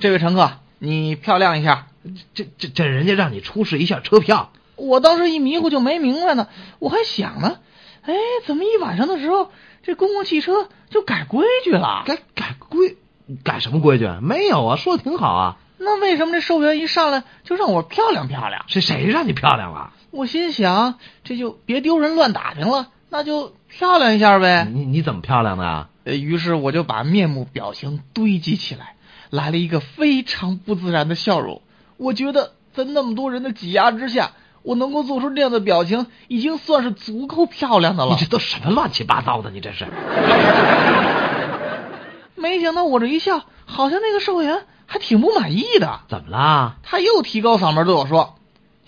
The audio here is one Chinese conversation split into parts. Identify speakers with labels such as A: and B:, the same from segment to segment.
A: 这位乘客，你漂亮一下。
B: 这这这人家让你出示一下车票，
A: 我当时一迷糊就没明白呢，我还想呢，哎，怎么一晚上的时候，这公共汽车就改规矩了？
B: 改改规改什么规矩？没有啊，说的挺好啊。
A: 那为什么这售票员一上来就让我漂亮漂亮？
B: 是谁让你漂亮了？
A: 我心想，这就别丢人乱打听了，那就漂亮一下呗。
B: 你你怎么漂亮的？
A: 呃，于是我就把面目表情堆积起来，来了一个非常不自然的笑容。我觉得在那么多人的挤压之下，我能够做出这样的表情，已经算是足够漂亮的
B: 你
A: 了
B: 这。都什么乱七八糟的？你这是？
A: 没想到我这一笑，好像那个售票员还挺不满意的，
B: 怎么啦？
A: 他又提高嗓门对我说：“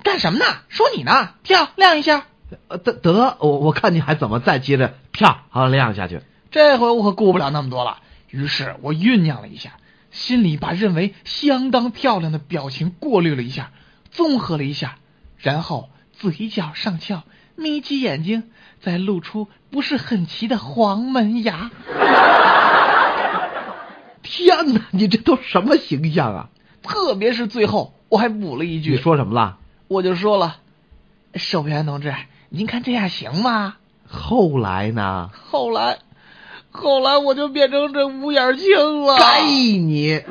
A: 干什么呢？说你呢，漂亮一下。
B: 呃得得，我我看你还怎么再接着票好亮下去？”
A: 这回我可顾不了那么多了，于是我酝酿了一下，心里把认为相当漂亮的表情过滤了一下，综合了一下，然后嘴角上翘，眯起眼睛，再露出不是很齐的黄门牙。
B: 天哪，你这都什么形象啊？
A: 特别是最后，我还补了一
B: 你
A: 句，
B: 说什么了？
A: 我就说了，售票员同志，您看这样行吗？
B: 后来呢？
A: 后来，
B: 哎
A: 后来我就变成这五眼青了。
B: 该你！